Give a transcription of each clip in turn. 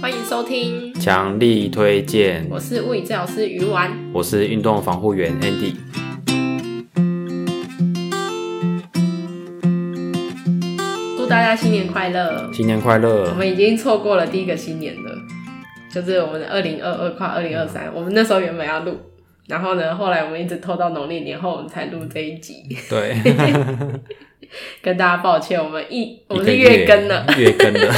欢迎收听，强力推荐。我是物理治疗师鱼丸。我是运动防护员 Andy。祝大家新年快乐！新年快我乐！们已经错过了第一个新年了，就是我们的二零二二跨二零二三，我们那时候原本要录，然后呢，后来我们一直拖到农历年后我们才录这一集， 对，跟大家抱歉，我们一我们是一个月更了，， 月更了。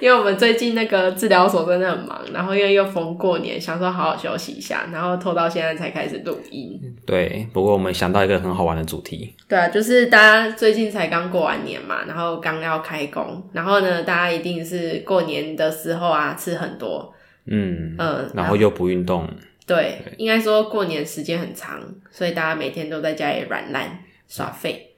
因为我们最近那个治疗所真的很忙，然后因为又逢过年，想说好好休息一下，然后拖到现在才开始录音。对，不过我们想到一个很好玩的主题，对啊，就是大家最近才刚过完年嘛，然后刚要开工，然后呢，大家一定是过年的时候啊，吃很多，嗯，嗯，然后又不运动，对，应该说过年时间很长，所以大家每天都在家里软烂耍废，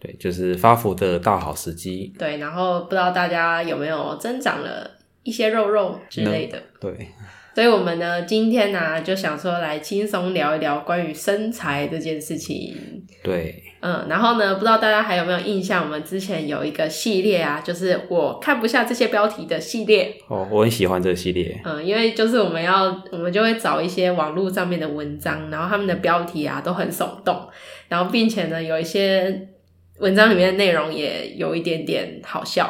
对，就是发福的大好时机。对，然后不知道大家有没有增长了一些肉肉之类的，对，所以我们呢，今天呢、就想说来轻松聊一聊关于身材这件事情。对，嗯，然后呢，不知道大家还有没有印象？我们之前有一个系列啊，就是我看不下这些标题的系列。哦，我很喜欢这个系列。嗯，因为就是我们要，我们就会找一些网络上面的文章，然后他们的标题啊都很耸动，然后并且呢，有一些文章里面的内容也有一点点好笑，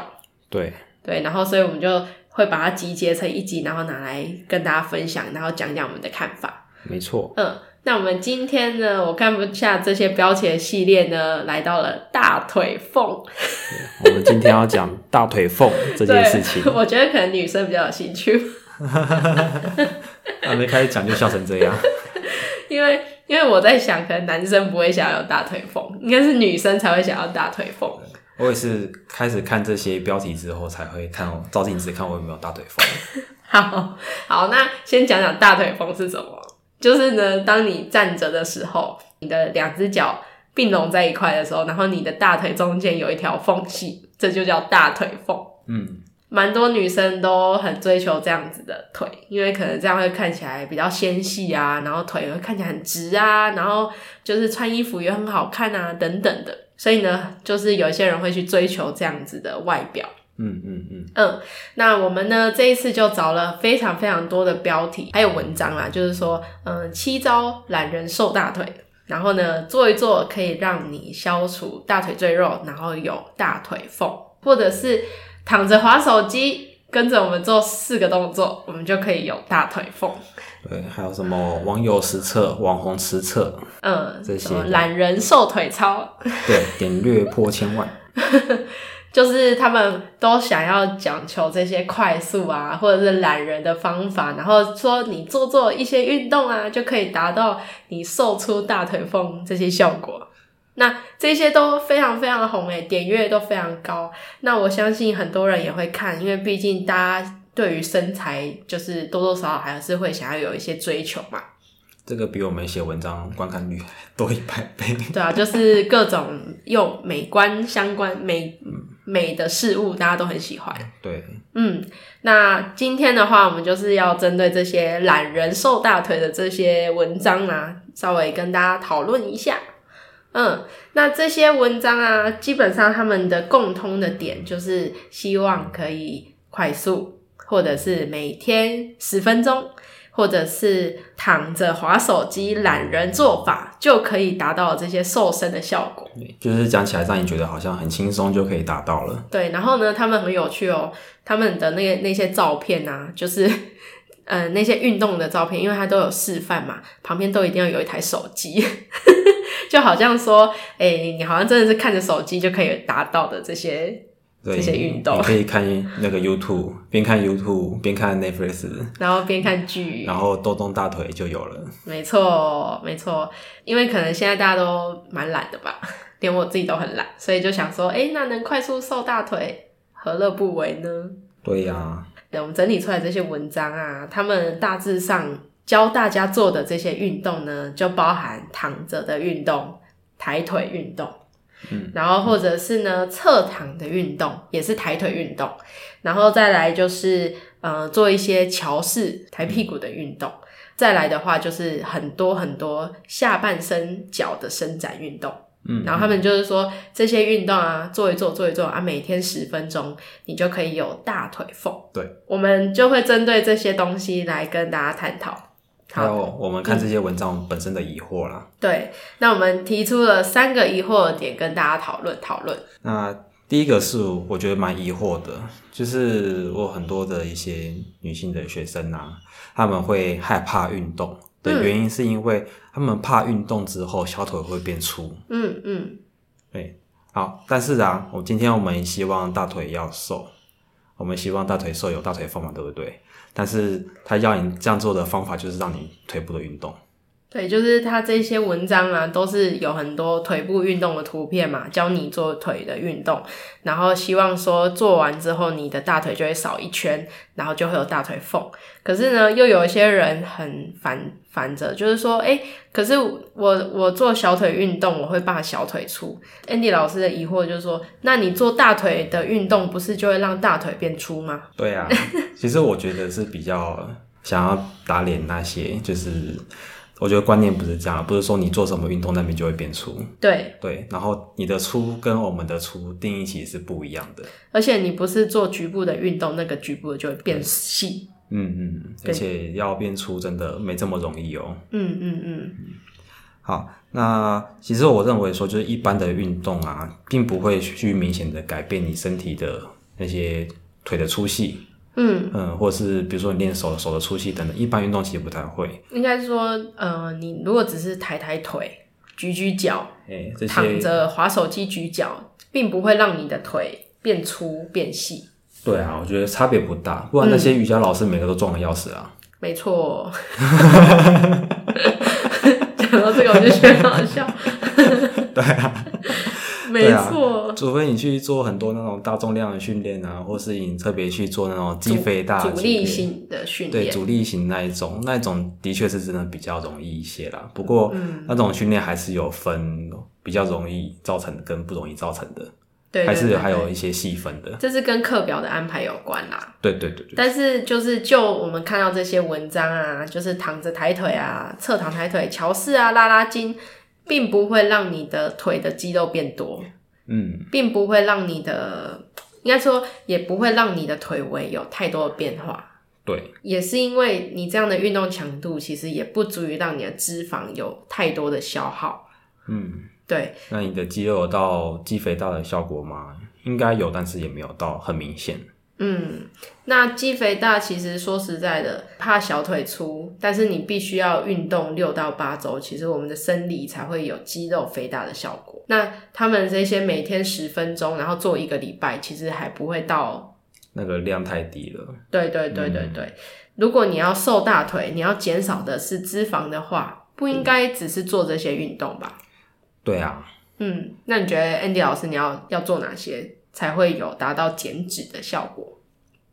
对，对，然后所以我们就会把它集结成一集，然后拿来跟大家分享，然后讲讲我们的看法。没错，嗯，那我们今天呢，我看不下这些标签系列呢，来到了大腿缝我们今天要讲大腿缝这 这。件事情我觉得可能女生比较有兴趣， 还没开始讲就笑成这样。因为因为我在想，可能男生不会想要有大腿缝，应该是女生才会想要大腿缝。我也是开始看这些标题之后，才会看我照镜子看我有没有大腿缝。好好，那先讲讲大腿缝是什么，就是呢，当你站着的时候，你的两只脚并拢在一块的时候，然后你的大腿中间有一条缝隙，这就叫大腿缝。嗯，蛮多女生都很追求这样子的腿，因为可能这样会看起来比较纤细啊，然后腿会看起来很直啊，然后就是穿衣服也很好看啊，等等的。所以呢，就是有一些人会去追求这样子的外表。嗯嗯嗯，嗯，那我们呢这一次就找了非常非常多的标题，还有文章啦，就是说，嗯，七招懒人瘦大腿，然后呢做一做可以让你消除大腿赘肉，然后有大腿缝，或者是躺着滑手机，跟着我们做四个动作，我们就可以有大腿缝。对，还有什么网友实测、网红实测，嗯，这些什么懒人瘦腿操，对，点略破千万。就是他们都想要讲求这些快速啊，或者是懒人的方法，然后说你做做一些运动啊，就可以达到你瘦出大腿缝这些效果。那这些都非常非常红诶，点阅都非常高。那我相信很多人也会看，因为毕竟大家对于身材就是多多少少还是会想要有一些追求嘛。这个比我们写文章观看率多一百 倍。对啊，就是各种用美观相关美美的事物，大家都很喜欢。对，嗯，那今天的话，我们就是要针对这些懒人瘦大腿的这些文章啊，稍微跟大家讨论一下。嗯，那这些文章啊，基本上他们的共通的点就是希望可以快速，或者是每天十分钟，或者是躺着划手机懒人做法，就可以达到这些瘦身的效果。就是讲起来让你觉得好像很轻松就可以达到了。对，然后呢，他们很有趣哦，他们的那个那些照片啊，就是 呃那些运动的照片，因为他都有示范嘛，旁边都一定要有一台手机， 就好像说，哎、你好像真的是看着手机就可以达到的这些，对，这些运动你可以看那个 YouTube，边看 YouTube 边看 Netflix，然后边看剧然，后动动大腿就有了。没错没错，因为可能现在大家都蛮懒的吧， 连我自己都很懒，所以就想说，哎、那能快速瘦大腿，何乐不为呢？对呀、对，我们整理出来这些文章啊，他们大致上教大家做的这些运动呢，就包含躺着的运动、抬腿运动，嗯，然后或者是呢侧躺的运动，也是抬腿运动，然后再来就是呃做一些桥式抬屁股的运动，再来的话就是很多很多下半身脚的伸展运动。嗯，然后他们就是说这些运动啊，做一做，做一做啊，每天十分钟，你就可以有大腿缝。对，我们就会针对这些东西来跟大家探讨。还有我们看这些文章本身的疑惑啦。对，那我们提出了三个疑惑的点跟大家讨论讨论。那第一个是我觉得蛮疑惑的，就是我有很多的一些女性的学生啊，他们会害怕运动的原因是因为他们怕运动之后小腿会变粗。嗯嗯，对，好，但是啊，我今天我们希望大腿要瘦，我们希望大腿瘦有大腿缝嘛，对不对？但是他要你这样做的方法就是让你腿部的运动。对，就是他这些文章啊，都是有很多腿部运动的图片嘛，教你做腿的运动，然后希望说做完之后你的大腿就会少一圈，然后就会有大腿缝。可是呢，又有一些人很反反着，就是说，哎、可是我我做小腿运动，我会把小腿粗。Andy 老师的疑惑就是说，那你做大腿的运动，不是就会让大腿变粗吗？对啊，其实我觉得是比较想要打脸那些，就是我觉得观念不是这样，不是说你做什么运动那边就会变粗，对，对，然后你的粗跟我们的粗定义其实是不一样的，而且你不是做局部的运动，那个局部就会变细。嗯嗯，而对且要变粗真的没这么容易哦。嗯嗯嗯，好，那其实我认为说，就是一般的运动啊，并不会去明显的改变你身体的那些腿的粗细，嗯，嗯，或者是比如说你练手手的粗细等等，一般运动其实不太会。应该说，呃，你如果只是抬抬腿、举举脚、哎、这躺些着划手机举脚，并不会让你的腿变粗变细。对啊，我觉得差别不大。不然那些瑜伽老师每个都壮的要死啊。没错。 讲到这个我就觉得好 笑。对啊对啊，啊没错。除非你去做很多那种大重量的训练啊，或是你特别去做那种肌肥大的阻训力练性的训对练，主力型那一种，那一种的确是真的比较容易一些啦。不过、那种训练还是有分比较容易造成跟不容易造成的，对，对还是对有还有对一些细分的。这是跟课表的安排有关啦。对对对对，但是就是就我们看到这些文章啊，就是躺着抬腿啊、侧躺抬腿、桥式啊、拉拉筋，并不会让你的腿的肌肉变多，嗯，并不会让你的，应该说也不会让你的腿围有太多的变化。对也是因为你这样的运动强度，其实也不足以让你的脂肪有太多的消耗。嗯，对，那你的肌肉有到肌肥大的效果吗？应该有，但是也没有到很明显。嗯，那肌肥大其实说实在的，怕小腿粗，但是你必须要运动六到八周，其实我们的生理才会有肌肉肥大的效果。那他们这些每天十分钟，然后做一个礼拜，其实还不会到。那个量太低了，对对对对对，嗯如果你要瘦大腿，你要减少的是脂肪的话，不应该只是做这些运动吧？对啊，嗯，那你觉得 Andy 老师，你要要做哪些才会有达到减脂的效果？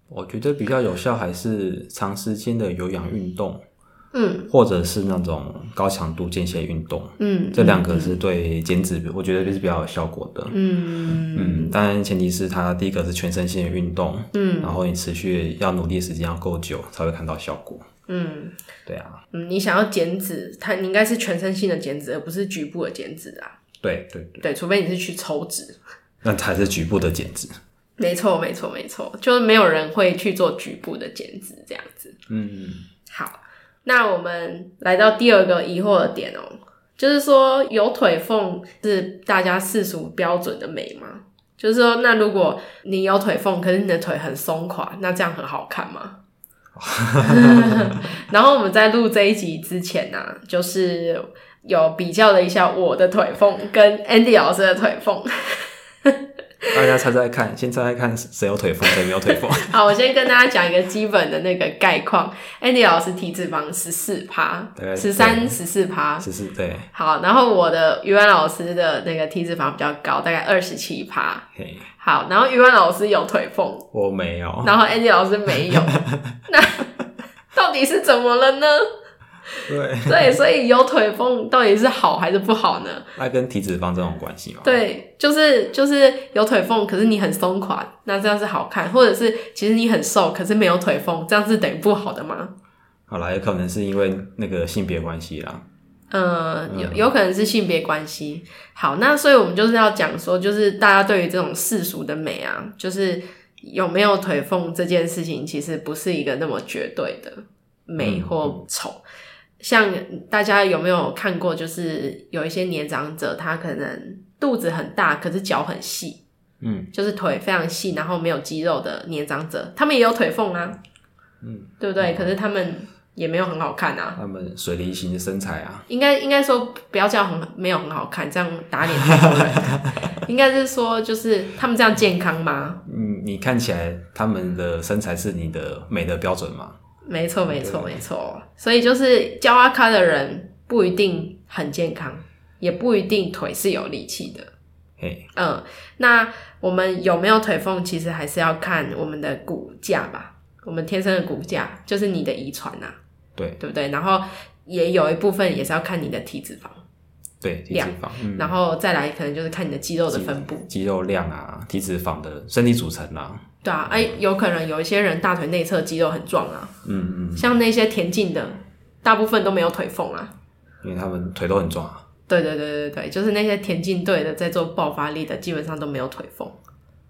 我觉得比较有效还是长时间的有氧运动，嗯或者是那种高强度间歇运动，嗯，这两个是对减脂，我觉得是比较有效果的。嗯嗯，当然前提是它第一个是全身性的运动，嗯然后你持续要努力的时间要够久才会看到效果。嗯对啊，嗯，你想要减脂，它你应该是全身性的减脂，而不是局部的减脂啊。对对对，对，除非你是去抽脂。那才是局部的减脂。没错，没错，没错，就是没有人会去做局部的减脂这样子。嗯，好，那我们来到第二个疑惑的点哦、就是说有腿缝是大家世俗标准的美吗？就是说，那如果你有腿缝，可是你的腿很松垮，那这样很好看吗？ 然后我们在录这一集之前呢、啊就是有比较了一下我的腿缝跟 Andy 老师的腿缝。大家猜猜看，先猜猜看谁有腿缝，谁没有腿缝。好，我先跟大家讲一个基本的那个概况。Andy 老师体脂肪十四趴大概，十三十四趴，只是对，好，然后我的语文老师的那个体脂肪比较高，大概二十七趴。嘿，好，然后语文老师有腿缝，我没有。然后 Andy 老师没有，那到底是怎么了呢？对，对，所以有腿缝到底是好还是不好呢？那跟体脂肪这种关系吗？，对，就是就是有腿缝，可是你很松垮，那这样是好看，或者是其实你很瘦，可是没有腿缝，这样是等于不好的吗？好啦，也可能是因为那个性别关系啦。呃，有有可能是性别关系。好，那所以我们就是要讲说，就是大家对于这种世俗的美啊，就是有没有腿缝这件事情，其实不是一个那么绝对的美或丑。像大家有没有看过，就是有一些年长者，他可能肚子很大，可是脚很细，嗯，就是腿非常细，然后没有肌肉的年长者，他们也有腿缝啊，嗯，对不对？可是他们也没有很好看啊，他们水梨型的身材啊，应该应该说不要叫很没有很好看，这样打脸太多 人。应该是说，就是他们这样健康吗？嗯，你看起来他们的身材是你的美的标准吗？没错，没错，没错。所以就是教阿卡的人不一定很健康，也不一定腿是有力气的。嘿，嗯，那我们有没有腿缝，其实还是要看我们的骨架吧。我们天生的骨架就是你的遗传呐，对对不对？然后也有一部分也是要看你的体脂肪，对，体脂量肪，嗯，然后再来可能就是看你的肌肉的分布。肌肉量啊，体脂肪的身体组成啊，对啊，哎、有可能有一些人大腿内侧肌肉很壮啊，嗯嗯，像那些田径的，大部分都没有腿缝啊。因为他们腿都很壮啊，对对对对对，就是那些田径队的在做爆发力的，基本上都没有腿缝，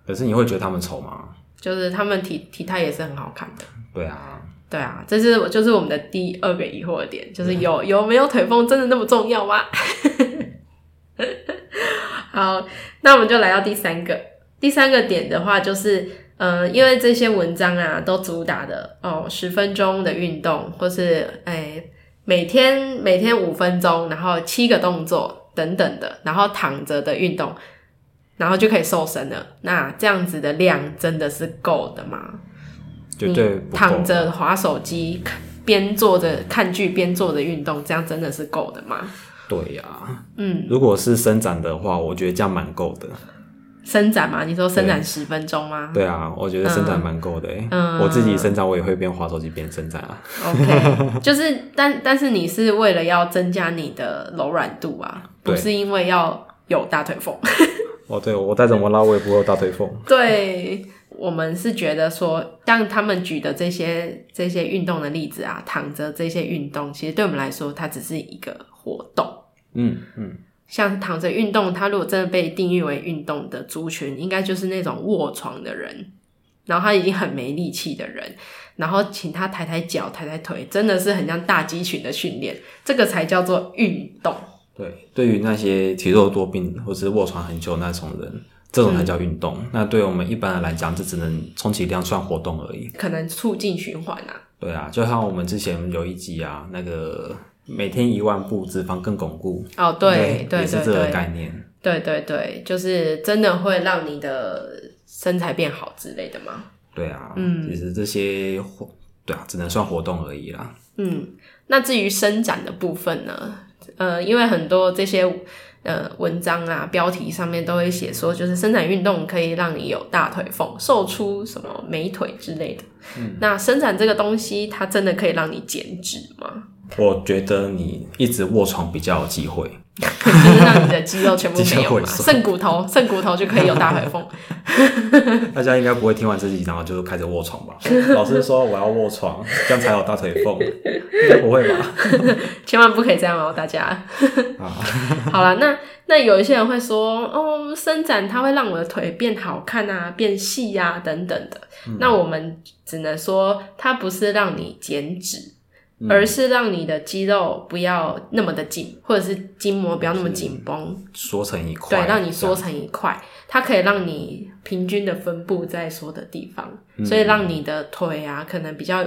可是你会觉得他们丑吗？就是他们体体态也是很好看的。对啊，对啊，这是就是我们的第二个疑惑的点，就是有有没有腿缝真的那么重要吗？ 好，那我们就来到第三个，第三个点的话就是，呃，因为这些文章啊都主打的哦，十分钟的运动，或是哎、每天每天五分钟，然后七个动作等等的，然后躺着的运动，然后就可以瘦身了。那这样子的量真的是够的吗？绝对你不够躺着划手机，看边做着看剧边做着运动，这样真的是够的吗？对啊呀、嗯，如果是伸展的话，我觉得这样蛮够的。伸展嘛，你说伸展十分钟吗对啊，我觉得伸展蛮够的、欸。嗯我自己伸展，我也会边滑手机边伸展啊。 ？OK，就是 但但是你是为了要增加你的柔软度啊，对不是因为要有大腿缝。 哦，对，我带着摩拉，我也不会有大腿缝。对我们是觉得说，像他们举的这些这些运动的例子啊，躺着这些运动，其实对我们来说，它只是一个活动。嗯嗯，像躺着运动，它如果真的被定义为运动的族群，应该就是那种卧床的人，然后他已经很没力气的人，然后请他抬抬脚、抬抬腿，真的是很像大肌群的训练，这个才叫做运动。对，对于那些体弱多病或是卧床很久那种人，这种才叫运动。那对我们一般人来讲，这只能充其量算活动而已。可能促进循环啊，对啊，就像我们之前有一集啊，那个每天一万步，脂肪更巩固。哦，对对也是对这个对，概念。对对对，就是真的会让你的身材变好之类的吗？对啊，嗯其实这些活，对啊，只能算活动而已啦。嗯，那至于伸展的部分呢？呃，因为很多这些呃文章啊，标题上面都会写说，就是伸展运动可以让你有大腿缝、瘦出什么美腿之类的。嗯、那伸展这个东西，它真的可以让你减脂吗？ 我觉得你一直卧床比较有机会。可能就是让你的肌肉全部 肌没有肉嘛，萎缩剩骨头，剩骨头就可以有大腿缝。大家应该不会听完这集，然后就开始卧床吧？ 老师说我要卧 床，这样才有大腿缝，应该不会吧？千万不可以这样哦，大家。 好啦，那那有一些人会说，哦，伸展它会让我的腿变好看啊，变细呀、等等的。那我们只能说，它不是让你减脂，而是让你的肌肉不要那么的紧，或者是筋膜不要那么紧绷，缩成一块，对，让你缩这样。成一块，它可以让你平均的分布在所有的地方，所以让你的腿啊可能比较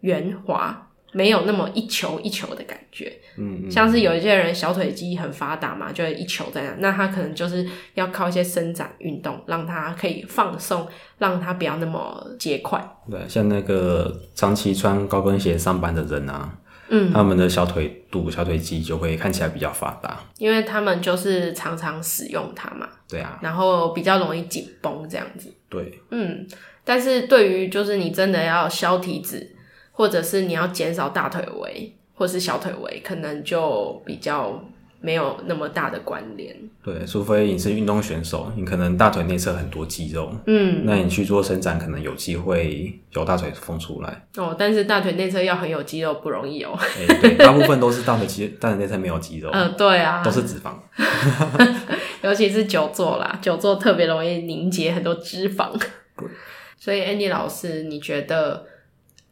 圆滑，没有那么一球一球的感觉。嗯嗯，像是有一些人小腿肌很发达嘛，就会一球在那，那他可能就是要靠一些伸展运动，让他可以放松，让他不要那么结块。对，像那个长期穿高跟鞋上班的人啊，嗯，他们的小腿肚、小腿肌就会看起来比较发达。因为他们就是常常使用它嘛，对啊，然后比较容易紧绷这样子。对，嗯，但是对于就是你真的要消体脂，或者是你要减少大腿围或是小腿围，可能就比较没有那么大的关联。对，除非你是运动选手，你可能大腿内侧很多肌肉，嗯，那你去做伸展，可能有机会有大腿缝出来。哦，但是大腿内侧要很有肌肉不容易哦。 哎、对，大部分都是大腿肌，大腿内侧没有肌肉，嗯、对啊都，是脂肪。尤其是久坐啦，久坐特别容易凝结很多脂肪。 所以 Andy 老师，你觉得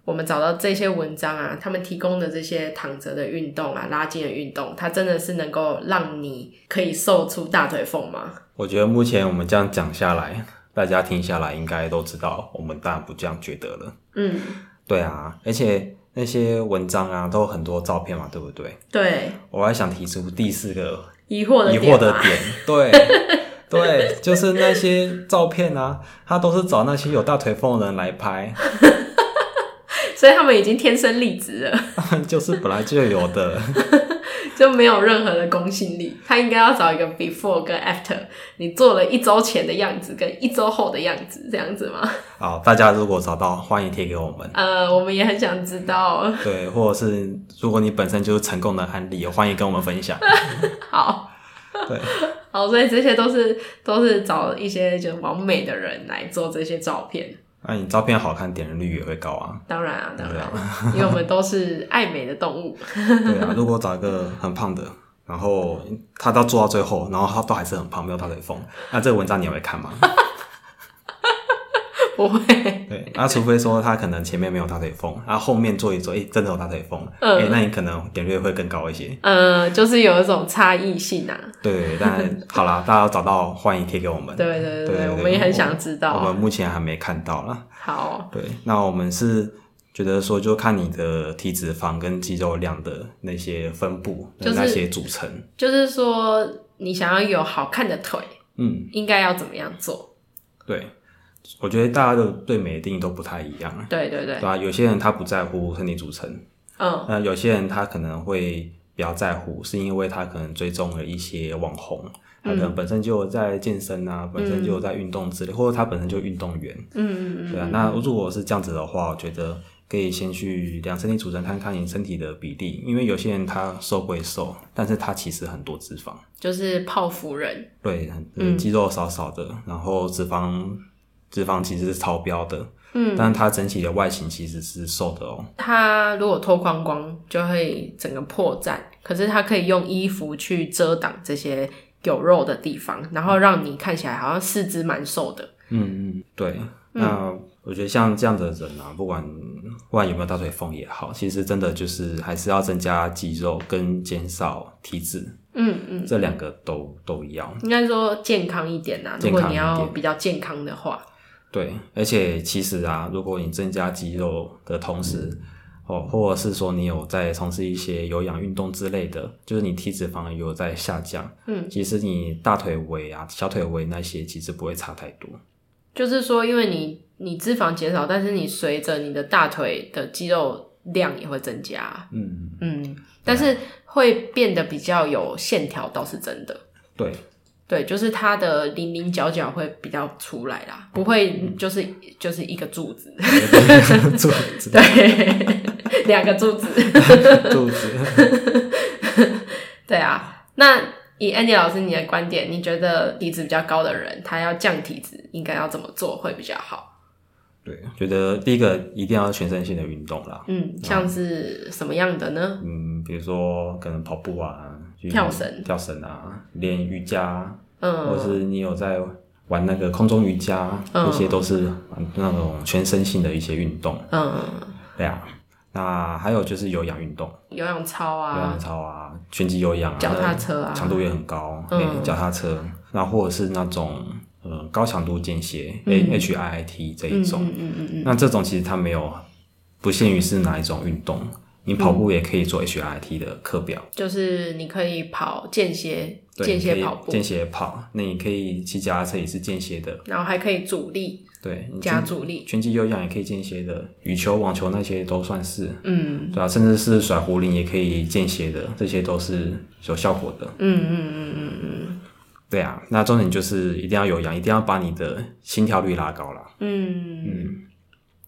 我们找到这些文章啊，他们提供的这些躺着的运动啊、拉筋的运动，它真的是能够让你可以瘦出大腿缝吗？我觉得目前我们这样讲下来，大家听下来应该都知道，我们当然不这样觉得了。嗯，对啊，而且那些文章啊，都有很多照片嘛，对不对？对，我还想提出第四个疑惑的疑点啊惑的嘛点，对 对，就是那些照片啊，他都是找那些有大腿缝的人来拍， 所以他们已经天生丽质了，就是本来就有的， 就没有任何的公信力。他应该要找一个 before 跟 after，你做了一周前的样子跟一周后的样子，这样子吗？好，大家如果找到，欢迎贴给我们。呃，我们也很想知道。对，或者是如果你本身就是成功的案例，欢迎跟我们分享。好，对， 好，所以这些都是都是找一些就是完美的人来做这些照片。那、你照片好看，点击率也会高啊。当然啊，当对然 啊，因为我们都是爱美的动物。 对啊，如果找一个很胖的，然后他到做到最后，然后他都还是很胖，没有大腿缝，那这个文章你也会看 吗？不会，对，那、除非说他可能前面没有大腿缝，然后后面做一做，哎、真的有大腿缝，哎、嗯那你可能点击率会更高一些。呃，就是有一种差异性啊。 对，但好啦，大家找到欢迎贴给我们。对对对对我们也很想知我道们。目前还没看到啦。好，对，那我们是觉得说，就看你的体脂肪跟肌肉量的那些分布，就是那些组成。就是说你想要有好看的腿，嗯，应该要怎么样做？对，我觉得大家的对美的定义都不太一样，对对对对，吧、有些人他不在乎身体组成，嗯那有些人他可能会比较在乎，是因为他可能追踪了一些网红。他可嗯能本身就有在健身啊，本身就有在运动之类，或者他本身就运动员，嗯嗯对啊，那如果是这样子的话，我觉得可以先去量身体组成，看看你身体的比例，因为有些人他瘦归瘦，但是他其实很多脂肪，就是泡芙人，对，很嗯嗯，肌肉少少的，然后脂肪脂肪其实是超标的，嗯，但他整体的外形其实是瘦的哦。他如果脱光光就会整个破绽，可是他可以用衣服去遮挡这些有肉的地方，然后让你看起来好像四肢蛮瘦的。嗯嗯，对，那我觉得像这样的人啊，不管不管有没有大腿缝也好，其实真的就是还是要增加肌肉跟减少体脂，嗯嗯，这两个都都要。应该说健康一点啊。如健康果一点你要比较健康的话，对，而且其实啊，如果你增加肌肉的同时，哦，或者是说你有在从事一些有氧运动之类的，就是你体脂肪有在下降，嗯，其实你大腿围啊、小腿围那些其实不会差太多。就是说，因为你你脂肪减少，但是你随着你的大腿的肌肉量也会增加啊、嗯，嗯，但是会变得比较有线条，倒是真的。对， 对，就是它的棱棱角角会比较出来啦，不会就是就是一个柱子， 柱子，对，两个柱子，柱子。对啊。那以 Andy 老师你的观点，你觉得体脂比较高的人，他要降体脂，应该要怎么做会比较好？对，觉得第一个一定要全身性的运动啦，嗯，像是什么样的呢？嗯，比如说可能跑步啊、去跳绳跳绳啊、练瑜伽啊，或嗯，是你有在玩那个空中瑜伽，嗯这些都是那种全身性的一些运动，嗯，对啊。那还有就是有氧运动，游泳操有啊氧，操啊，拳击有氧啊，脚踏车啊那强度也很高，嗯对，脚踏车，那或者是那种呃高强度间歇嗯 A H I I T 这嗯一种，嗯嗯嗯嗯，那这种其实它没有不限于是哪一种运动，你跑嗯步也可以做 H I I T 的课表。就是你可以跑间歇，对间你歇可以跑步，间歇跑，那你可以骑脚踏车也是间歇的，然后还可以阻力对，你加间阻力，拳击有氧也可以间歇的，羽球、网球那些都算是，嗯对啊，甚至是甩壶铃也可以间歇的，这些都是有效果的。嗯嗯嗯嗯对啊，那重点就是一定要有氧，一定要把你的心跳率拉高啦。嗯嗯，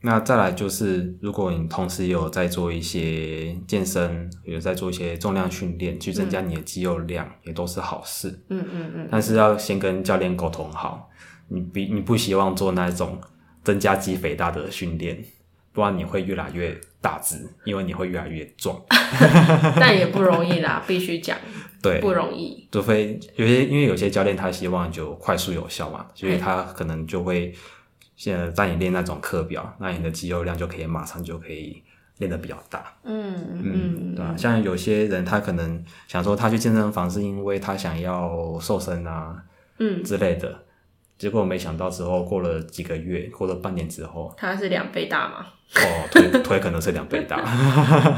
那再来就是，如果你同时也有在做一些健身，有在做一些重量训练，去增加你的肌肉量，也都是好事。嗯嗯嗯，但是要先跟教练沟通好，你比你不希望做那种增加肌肥大的训练，不然你会越来越大只，因为你会越来越壮。但也不容易 啦，必须讲对，不容易。除非有些，因为有些教练他希望就快速有效嘛，所以他可能就会现在带你练那种课表，那你的肌肉量就可以马上就可以练得比较大，嗯嗯，嗯嗯对吧、像有些人他可能想说他去健身房是因为他想要瘦身啊嗯，之类的，结果没想到之后过了几个月，过了半年之后，它是两倍大嘛？哦，腿 腿可能是两倍大，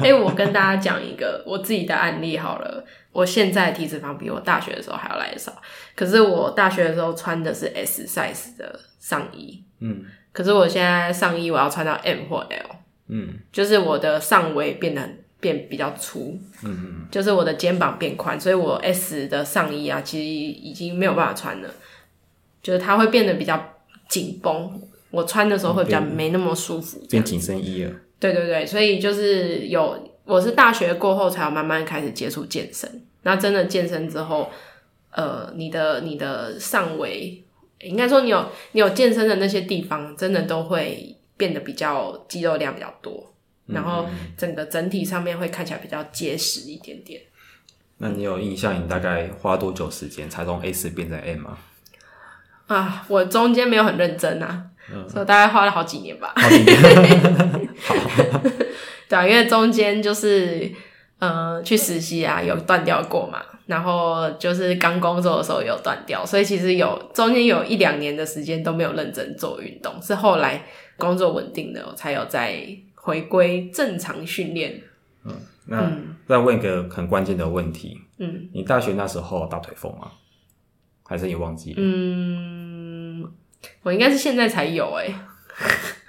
哎、我跟大家讲一个我自己的案例好了。我现在体脂肪比我大学的时候还要来得少，可是我大学的时候穿的是 S size 的上衣， 嗯可是我现在上衣我要穿到 M 或 L，嗯就是我的上围变得很变比较粗，嗯嗯就是我的肩膀变宽，所以我 S 的上衣啊，其实已经没有办法穿了，就是它会变得比较紧绷，我穿的时候会比较没那么舒服。嗯，变紧身衣了，对对对，所以就是有，我是大学过后才有慢慢开始接触健身。那真的健身之后，呃，你的你的上围，应该说你有你有健身的那些地方，真的都会变得比较肌肉量比较多，嗯然后嗯整个整体上面会看起来比较结实一点点。那你有印象，你大概花多久时间才从 A 四变成 M 吗？啊，我中间没有很认真啊，嗯所以大概花了好几年吧。好几年 对啊，因为中间就是呃去实习啊，有断掉过嘛，然后就是刚工作的时候有断掉，所以其实有中间有一两年的时间都没有认真做运动，是后来工作稳定了，我才有再回归正常训练。那再问一个很关键的问题：嗯你大学那时候大腿缝吗？还是你忘记了？嗯，我应该是现在才有哎、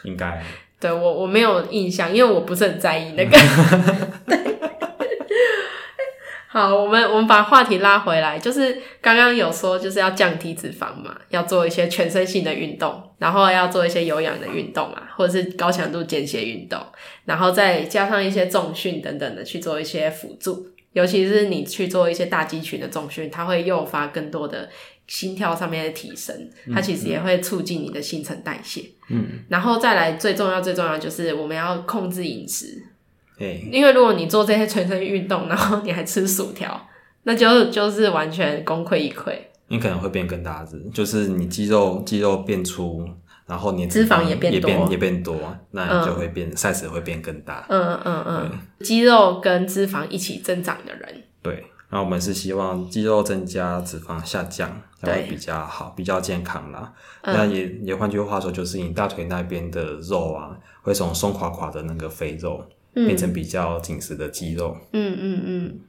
应该对我我没有印象，因为我不是很在意那个。对， 好，我们我们把话题拉回来，就是刚刚有说就是要降低脂肪嘛，要做一些全身性的运动，然后要做一些有氧的运动嘛，或者是高强度间歇运动，然后再加上一些重训等等的去做一些辅助，尤其是你去做一些大肌群的重训，它会诱发更多的心跳上面的提升，它其实也会促进你的新陈代谢。然后再来最重要最重要就是我们要控制饮食，哎，因为如果你做这些全身运动，然后你还吃薯条，那就就是完全功亏一篑，你可能会变更大只，就是你肌肉肌肉变粗，然后你脂肪也也变也多变也变多，那你就会变 size 会变更大。嗯嗯嗯，肌肉跟脂肪一起增长的人，对，那我们是希望肌肉增加，脂肪下降，才会对比较好，比较健康啦。嗯那也也换句话说，就是你大腿那边的肉啊，会从松垮垮的那个肥肉，变成比较紧实的肌肉。嗯嗯嗯。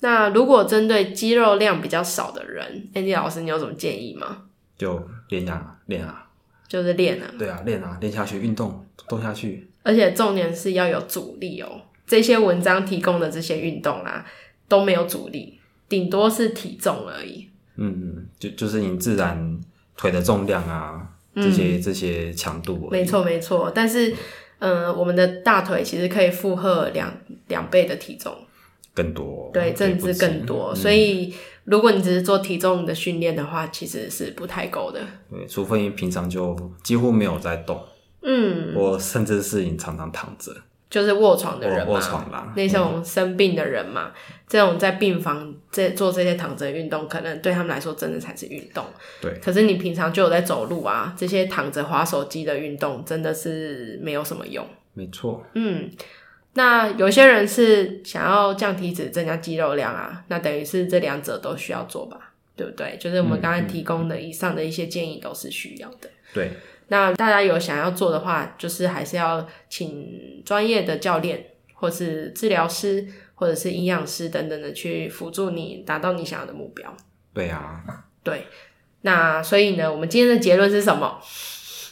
那如果针对肌肉量比较少的人，Andy 老师，你有什么建议吗？就练啊，练啊，就是练啊，对啊，练啊，练下去，运动，动下去。而且重点是要有阻力哦。这些文章提供的这些运动啦、啊都没有阻力，顶多是体重而已。嗯，嗯，就就是你自然腿的重量啊，这些、这些强度。嗯啊没。错，没错。但是，嗯、我们的大腿其实可以负荷两两倍的体重，更多，对，甚不嗯至止更多。所以，如果你只是做体重的训练的话，其实是不太够的。对，除非你平常就几乎没有在动，嗯，我甚至是你常常躺着，就是卧床的卧人嘛，哦卧床啦，那种生病的人嘛，这种在病房这做这些躺着运动，可能对他们来说真的才是运动。对可是你平常就有在走路啊，这些躺着滑手机的运动真的是没有什么用。没错，嗯，那有些人是想要降体脂、增加肌肉量啊，那等于是这两者都需要做吧，对不对？就是我们刚才提供的以上的一些建议都是需要的。对，那大家有想要做的话，就是还是要请专业的教练，或是治疗师，或者是营养师等等的去辅助你达到你想要的目标。对啊。对，那所以呢，我们今天的结论是什么？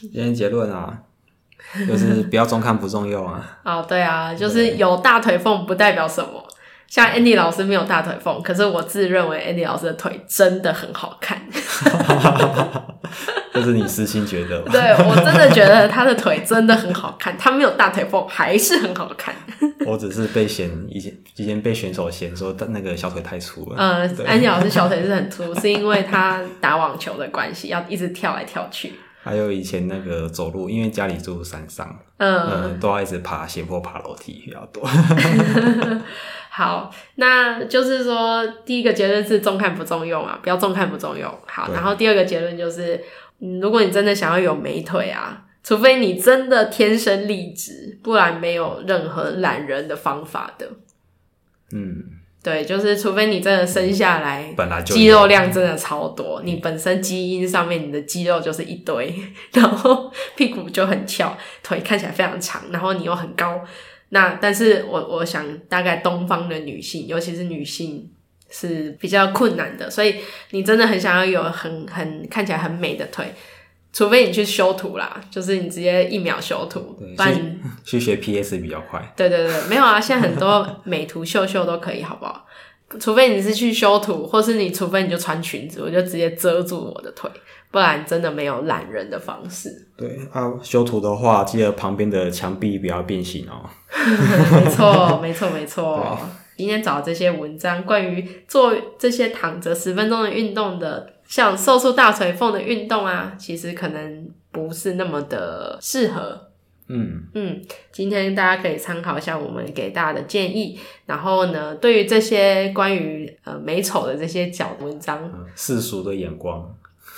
今天结 论啊，就是不要中看不中用啊，哦，对啊，就是有大腿缝不代表什么，像 Andy 老师没有大腿缝，可是我自认为 Andy 老师的腿真的很好看。这是你私心觉得 吧？对我真的觉得他的腿真的很好看，他没有大腿缝还是很好看。我只是被嫌以前以前被选手嫌说那个小腿太粗了。呃对，安迪老师小腿是很粗，是因为他打网球的关系，要一直跳来跳去。还有以前那个走路，因为家里住山上，嗯，嗯，都要一直爬斜坡、爬楼梯比较多。好，那就是说第一个结论是重看不重用啊，不要重看不重用。好，对然后第二个结论就是，嗯，如果你真的想要有美腿啊，除非你真的天生丽质，不然没有任何懒人的方法的。嗯，对，就是除非你真的生下来本来就有嗯肌肉量真的超多，你本身基因上面你的肌肉就是一堆， 然后屁股就很翘，腿看起来非常长，然后你又很高。那但是我我想大概东方的女性，尤其是女性是比较困难的，所以你真的很想要有很很看起来很美的腿，除非你去修图啦，就是你直接一秒修图，对不然所以去学 PS 比较快。对对对，没有啊，现在很多美图秀秀都可以，好不好？除非你是去修图，或是你除非你就穿裙子，我就直接遮住我的腿，不然真的没有懒人的方式。对啊，修图的话，记得旁边的墙壁不要变形哦。没错，没错，没错。今天找这些文章，关于做这些躺着十分钟的运动的，像瘦出大腿缝的运动啊，其实可能不是那么的适合。嗯，嗯，今天大家可以参考一下我们给大家的建议。然后呢，对于这些关于呃美丑的这些角文 章，嗯世俗的眼光，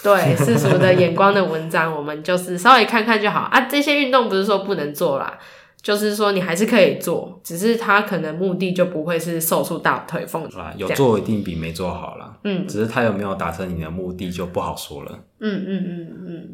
对世俗的眼光的文章，我们就是稍微看看就好啊。这些运动不是说不能做啦，就是说你还是可以做，只是它可能目的就不会是瘦出大腿缝好啦，有这样做一定比没做好啦。嗯只是他有没有达成你的目的就不好说了。嗯嗯嗯嗯，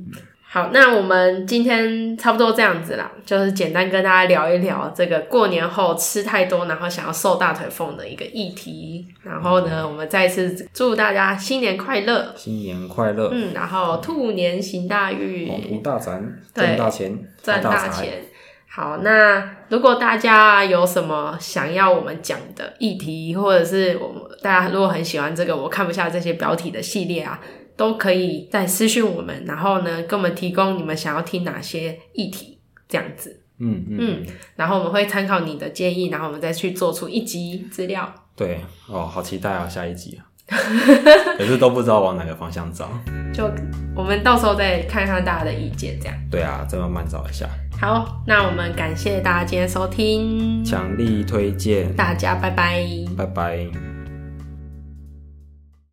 好，那我们今天差不多这样子啦，就是简单跟大家聊一聊这个过年后吃太多，然后想要瘦大腿缝的一个议题。然后呢，我们再次祝大家新年快乐，新年快乐，嗯，然后兔年行大运，宏图大展，对嗯赚大钱，赚发大财。钱。好，那如果大家有什么想要我们讲的议题，或者是我们大家如果很喜欢这个“我看不下这些标题”的系列啊，都可以再私讯我们，然后呢，给我们提供你们想要听哪些议题，这样子，嗯嗯，然后我们会参考你的建议，然后我们再去做出一集资料。对哦，好期待啊，下一集啊， 可是都不知道往哪个方向找。就我们到时候再看看大家的意见，这样。对啊，再慢慢找一下。好，那我们感谢大家今天收听，强力推荐，大家拜拜。拜拜。